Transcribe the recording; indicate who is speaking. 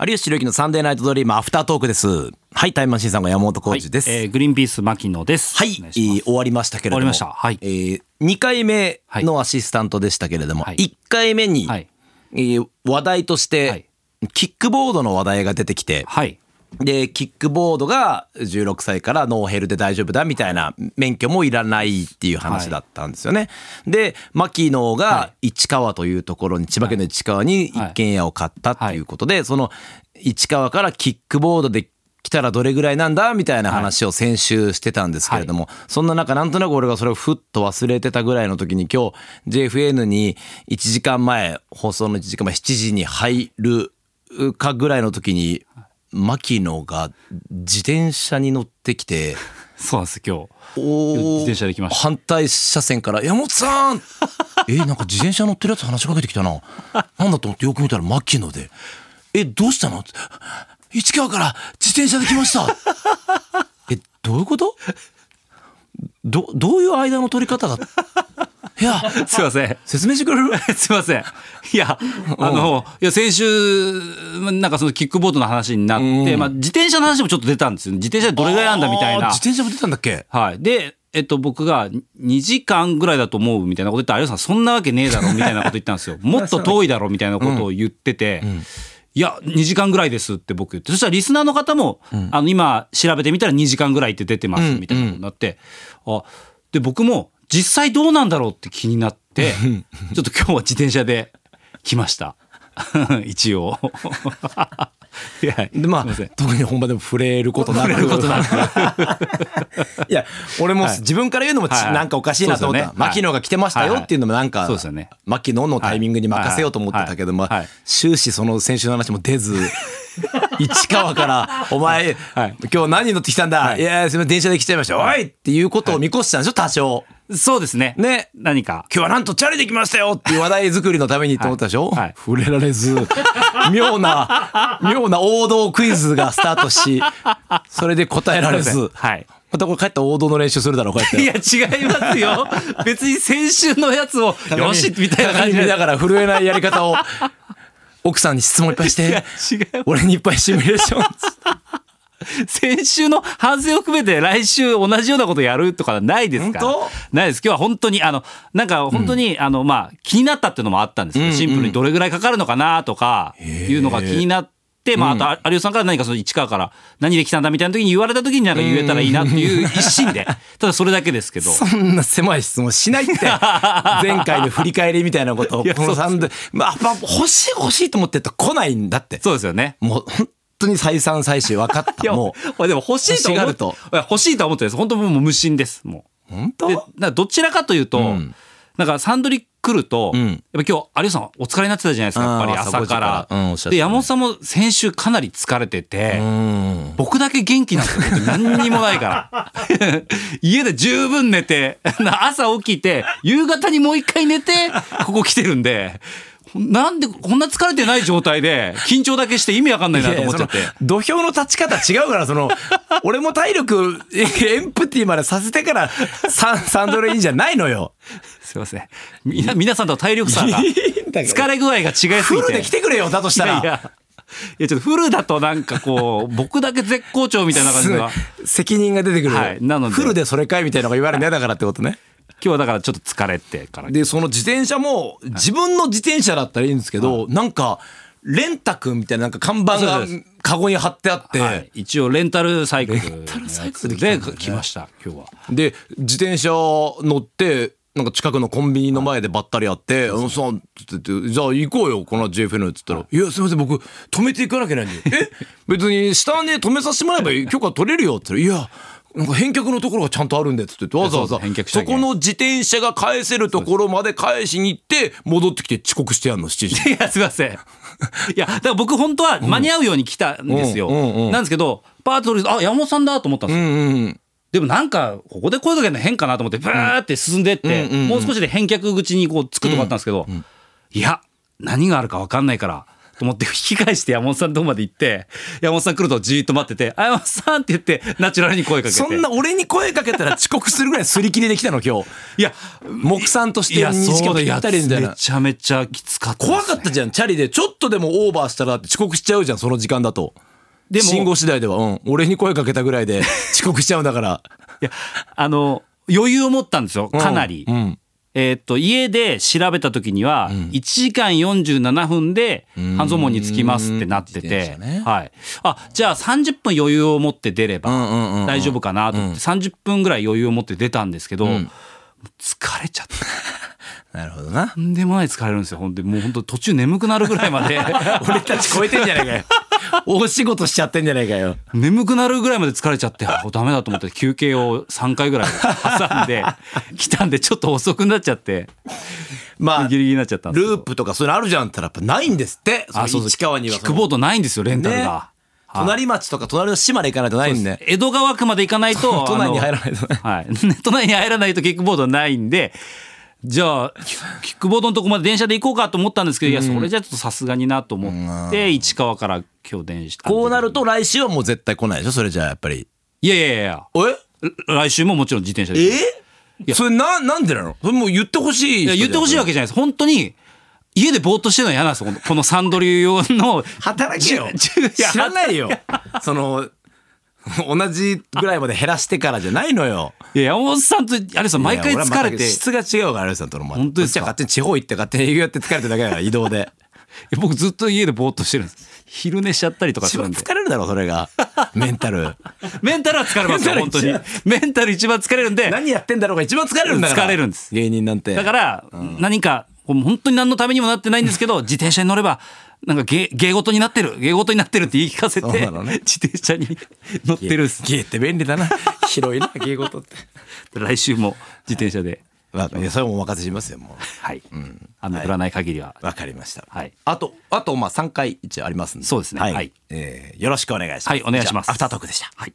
Speaker 1: 有吉弘行のサンデーナイトドリームアフタートークです。はい、タイムマシーンさんが山本浩二です。
Speaker 2: はいえーグリーンピース牧野です。
Speaker 1: はい、
Speaker 2: お願い
Speaker 1: え
Speaker 2: します
Speaker 1: ー終わりましたけれども。
Speaker 2: 終わりましたはい
Speaker 1: えー二回目のアシスタントでしたけれども、
Speaker 2: はい
Speaker 1: 一回目に、
Speaker 2: はい
Speaker 1: えー話題として、
Speaker 2: はい
Speaker 1: キックボードの話題が出てきて、
Speaker 2: はい。
Speaker 1: で、キックボードが16歳からノーヘルで大丈夫だみたいな免許もいらないっていう話だったんですよね。で、牧野が
Speaker 2: は
Speaker 1: 市川というところに、千葉県の市川に一軒家を買ったっていうことで、その市川からキックボードで来たらどれぐらいなんだみたいな話を先週してたんですけれども、そんな中なんとなく俺がそれをふっと忘れてたぐらいの時に今日 JFN に1時間前放送の1時間前7時に入るかぐらいの時に牧野が自転車に乗ってきて
Speaker 2: そうなんです今日。
Speaker 1: おー
Speaker 2: 自転車で来ました
Speaker 1: 反対車線から「山本さん! 」 えなんか自転車乗ってるやつ話しかけてきたななんだと思ってよく見たら牧野で「えどうしたの?」市川から自転車で来ました」 えどういうことどどういう間の取り方だいや
Speaker 2: すいません。
Speaker 1: 説明してくれる
Speaker 2: すいません。いや、あの、いや、先週、なんかそのキックボードの話になって、まあ、自転車の話もちょっと出たんですよ。自転車でどれぐらいなんだみたい
Speaker 1: あー
Speaker 2: な
Speaker 1: 自。転車も出たんだっけ
Speaker 2: はい。で、えっと、僕が2時間ぐらいだと思うみたいなこと言ったら、有吉さん、そんなわけねえだろみたいなこと言った んですよ。もっと遠いだろみたいなことを言ってて、いや、2時間ぐらいですって僕言って、そしたらリスナーの方も、あの、今調べてみたら2時間ぐらいって出てますみたいなことになって、あ、で、僕も実際どうなんだろうって気になって、ちょっと今日は自転車で来 ました。一応。いや
Speaker 1: でまあ
Speaker 2: すいません
Speaker 1: 特に本場でも触れることなく
Speaker 2: 触れることなく
Speaker 1: いや俺も自分から言うのもち
Speaker 2: はい
Speaker 1: なんかおかしいなと思っ
Speaker 2: そ
Speaker 1: た
Speaker 2: うですよね
Speaker 1: 牧野が来てましたよっていうのもなん
Speaker 2: はい
Speaker 1: か
Speaker 2: そうですよね
Speaker 1: 牧野のタイミングに任せようと思ってたけど
Speaker 2: はい
Speaker 1: ま
Speaker 2: は
Speaker 1: あ
Speaker 2: い
Speaker 1: 終始その先週の話も出 ず市川から「お前
Speaker 2: はい
Speaker 1: 今日何に乗ってきたんだ
Speaker 2: はい
Speaker 1: いやすみません電車で来ちゃいましたおい!」っていうことを見越したんでしょ多少。
Speaker 2: そうですね。
Speaker 1: ね
Speaker 2: 何か。
Speaker 1: 今日はなんとチャリできましたよっていう話題作りのためにと思ったでしょ、
Speaker 2: はいはい
Speaker 1: 触れられず、妙 な、妙な王道クイズがスタートし、それで答えられ
Speaker 2: すいま
Speaker 1: ず、
Speaker 2: せんはい。
Speaker 1: またこれ帰ったら王道の練習するだろう、こうやっ
Speaker 2: い
Speaker 1: て。
Speaker 2: や、違いますよ。別に先週のやつ を、よしみたいな感
Speaker 1: 鏡
Speaker 2: じ
Speaker 1: 見
Speaker 2: で。
Speaker 1: ながら震えないやり方を、奥さんに質問いっぱいし
Speaker 2: いや、
Speaker 1: て、
Speaker 2: 違う。
Speaker 1: 俺にいっぱいシミュレーション。
Speaker 2: 先週の反省を含めて来週同じようなことやるとかないですから。
Speaker 1: 本
Speaker 2: ないです。今日は本当に、あの、なんか本当に、あの、まあ、気になったっていうのもあったんですけど、シンプルにどれぐらいかかるのかなとか、いうのが気になって、まあ、あとあ、有吉さんから何かその市川から何で来たんだみたいな時に言われた時になんか言えたらいいなっていう一心 で、ただそれだけですけど。
Speaker 1: そんな狭い質問しないって前回の振り返りみたいなことをこ
Speaker 2: や
Speaker 1: の3で、まあ、まあ欲しい欲しいと思ってると来ないんだって
Speaker 2: そうですよね。
Speaker 1: もう本当に再三再四分かっ
Speaker 2: い
Speaker 1: た。
Speaker 2: や
Speaker 1: も
Speaker 2: もう、でも欲しいと
Speaker 1: 欲しが
Speaker 2: 思
Speaker 1: る
Speaker 2: う
Speaker 1: と
Speaker 2: いや欲しいとは思ってないです。本当もう無心です。も
Speaker 1: う。本
Speaker 2: う。で、などちらかというと、
Speaker 1: うん
Speaker 2: なんかサンドリ来ると、
Speaker 1: うん
Speaker 2: やっぱ今日、有吉さんお疲れになってたじゃないですか、やっぱり
Speaker 1: あー
Speaker 2: 朝から。
Speaker 1: 朝5時からうんおっしゃってたね
Speaker 2: で、山本さんも先週かなり疲れてて、
Speaker 1: うん。
Speaker 2: 僕だけ元気なんですよ。何にもないから。 家で十分寝て、 朝起きて、夕方にもう一回寝て、ここ来てるんで、なんでこんな疲れてない状態で、緊張だけして意味わかんないなと思っちゃって
Speaker 1: い。やいやその土俵の立ち方違うから、その、俺も体力、エンプティまでさせてから、サン、サンドレインじゃないのよ。
Speaker 2: すいません。みな、皆さんと体力差が、
Speaker 1: いいんだけど
Speaker 2: 疲れ具合が違いすぎて。
Speaker 1: フルで来てくれよ、だとした
Speaker 2: いやい
Speaker 1: ら。
Speaker 2: や。いや、ちょっとフルだとなんかこ う、僕だけ絶好調みたいな感じ
Speaker 1: すごい
Speaker 2: が、今
Speaker 1: 責任が出てくる。
Speaker 2: はいなので
Speaker 1: フルでそれかいみたいなのが言われねえだからってことね。
Speaker 2: 日はだからちょっと疲れてから。
Speaker 1: で、その自転車も、自分の自転車だったらいいんですけど、なんか、レンタ君みたいななんか看板
Speaker 2: そ
Speaker 1: が
Speaker 2: うです
Speaker 1: カゴに貼ってあって、
Speaker 2: はい、一応レンタルサイクル。レンタル
Speaker 1: サイクルで
Speaker 2: で
Speaker 1: 来たんだね
Speaker 2: 来ました、今日は。
Speaker 1: で自転車乗ってなんか近くのコンビニの前でばったり会って「あのさん」つってて「じゃあ行こうよこの JFN」っつったら「いやすいません僕止めていかなきゃいけ ないんでえ別に下で止めさせてもらえばいい許可取れるよ」っつったら「いやなんか返却のところがちゃんとあるんで」っつっててわざわざ
Speaker 2: そうです返却し
Speaker 1: そ
Speaker 2: なきゃ。
Speaker 1: この自転車が返せるところまで返しに行って戻ってきて遅刻してやんの7時
Speaker 2: いや、すいません。いや、だから僕本当は間に合うように来たんですよ。
Speaker 1: うんうんうんうん
Speaker 2: なんですけど、パートリーズ、あ、山本さんだと思ったんですよ。でもなんか、ここで声かけるの変かなと思って、ブーって進んでって、もう少しで返却口にこう、つくとこあったんですけど、いや、何があるか分かんないから、と思って引き返して山本さんのとこまで行って山本さん来るとじーっと待ってて「あ山本さん」って言ってナチュラルに声かけて
Speaker 1: そんな俺に声かけたら遅刻するぐら い擦り切れできたの今日
Speaker 2: いや
Speaker 1: 目算として
Speaker 2: いや
Speaker 1: 2時間
Speaker 2: そう
Speaker 1: ぴ
Speaker 2: だ
Speaker 1: っ
Speaker 2: や
Speaker 1: たりみたい
Speaker 2: め
Speaker 1: な
Speaker 2: ちゃめちゃきつかった
Speaker 1: 怖かったじゃんチャリでちょっとでもオーバーしたらって遅刻しちゃうじゃんその時間だと
Speaker 2: でも
Speaker 1: 信号次第ではうん俺に声かけたぐらい で遅刻しちゃうんだから
Speaker 2: いやあの余裕を持ったんですよかなり、
Speaker 1: うんうん
Speaker 2: えーっと家で調べた時には1時間47分で半蔵門に着きますってなって
Speaker 1: うん自転
Speaker 2: て、
Speaker 1: 車ね
Speaker 2: はい、あじゃあ30分余裕を持って出れ
Speaker 1: うんうんうんう
Speaker 2: ば
Speaker 1: ん
Speaker 2: 大丈夫かなと思って30分ぐらい余裕を持って出たんですけど、
Speaker 1: ん
Speaker 2: 疲れちゃって
Speaker 1: なるほどな
Speaker 2: とんでもない疲れるんですよ本当にもう本当途中眠くなるぐらいまで
Speaker 1: 俺たち超えてんじゃないかよ 大仕事しちゃってんじゃないかよ
Speaker 2: 眠くなるぐらいまで疲れちゃって、あダメだと思って休憩を3回ぐらい挟んで、来たんでちょっと遅くなっちゃって、
Speaker 1: まあ
Speaker 2: ギリギリになっちゃったんです
Speaker 1: ループとかそういうのあるじゃんって言ったらやっぱないんですってその市川には
Speaker 2: キックボードないんですよ、レンタル
Speaker 1: ね
Speaker 2: が。はい
Speaker 1: 隣町とか隣の島まで行かないとないんで
Speaker 2: 江戸川区まで行かないと
Speaker 1: 都内に入ら
Speaker 2: い
Speaker 1: ない とね
Speaker 2: はい都内に入らないとキックボードないんでじゃあキックキックボードのとこまで電車で行こうかと思ったんですけど、いやそれじゃちょっとさすがになと思って市川から今日電車
Speaker 1: こうなると来週はもう絶対来ないでしょそれじゃあやっぱり
Speaker 2: いやいやいや
Speaker 1: え
Speaker 2: 来週ももちろん自転車で行く
Speaker 1: えそれななんでなのそれもう言ってほしい
Speaker 2: いや言ってほしいわ
Speaker 1: け
Speaker 2: けじゃないです本当に家でぼーっとしてるのは嫌なんですよこのこのサンドリュー用の
Speaker 1: 働けよ
Speaker 2: じゅじゅ
Speaker 1: 知らないよその同じぐらいまで減らしてからじゃないのよ
Speaker 2: いや山本さんとあれさ毎回
Speaker 1: いや俺は
Speaker 2: 疲れ
Speaker 1: 全
Speaker 2: て
Speaker 1: く質が違うから有吉さんとのも
Speaker 2: 本当ですか
Speaker 1: こっちは勝手に地方行って勝手に営業やって疲れてるだけだから移動 で
Speaker 2: いや僕ずっと家でぼーっとしてるんです昼寝しちゃったりとか
Speaker 1: 一
Speaker 2: する
Speaker 1: 番
Speaker 2: んで
Speaker 1: 疲れるだろそれ がメンタル
Speaker 2: メンタルは疲れますよ、
Speaker 1: メ
Speaker 2: 本
Speaker 1: ン
Speaker 2: 当
Speaker 1: タル
Speaker 2: に
Speaker 1: 一。
Speaker 2: メンタル一番疲れるんで、
Speaker 1: 何やってんだろうが一番疲れるんだから
Speaker 2: 疲れるんです
Speaker 1: 芸人なんて
Speaker 2: だから、何か、本当に何のためにもなってないんで すけど、自転車に乗れば、なんか芸、芸事になってる、芸事になってるって言い聞かせて、
Speaker 1: そうなのね
Speaker 2: 自転車に乗ってるんです。
Speaker 1: 芸って便利だ な広いな芸事って
Speaker 2: 来週も自転車で、
Speaker 1: まあいやそれもお任せしますよも
Speaker 2: はい。雨降らない限りは。
Speaker 1: うわかりました、
Speaker 2: はい
Speaker 1: あとあとまあ3回一応ありますんで
Speaker 2: そうですね
Speaker 1: はい、
Speaker 2: はい
Speaker 1: えーよろしくお願いします
Speaker 2: はいお願いしま
Speaker 1: 以
Speaker 2: す
Speaker 1: 上アフタートークでした
Speaker 2: はい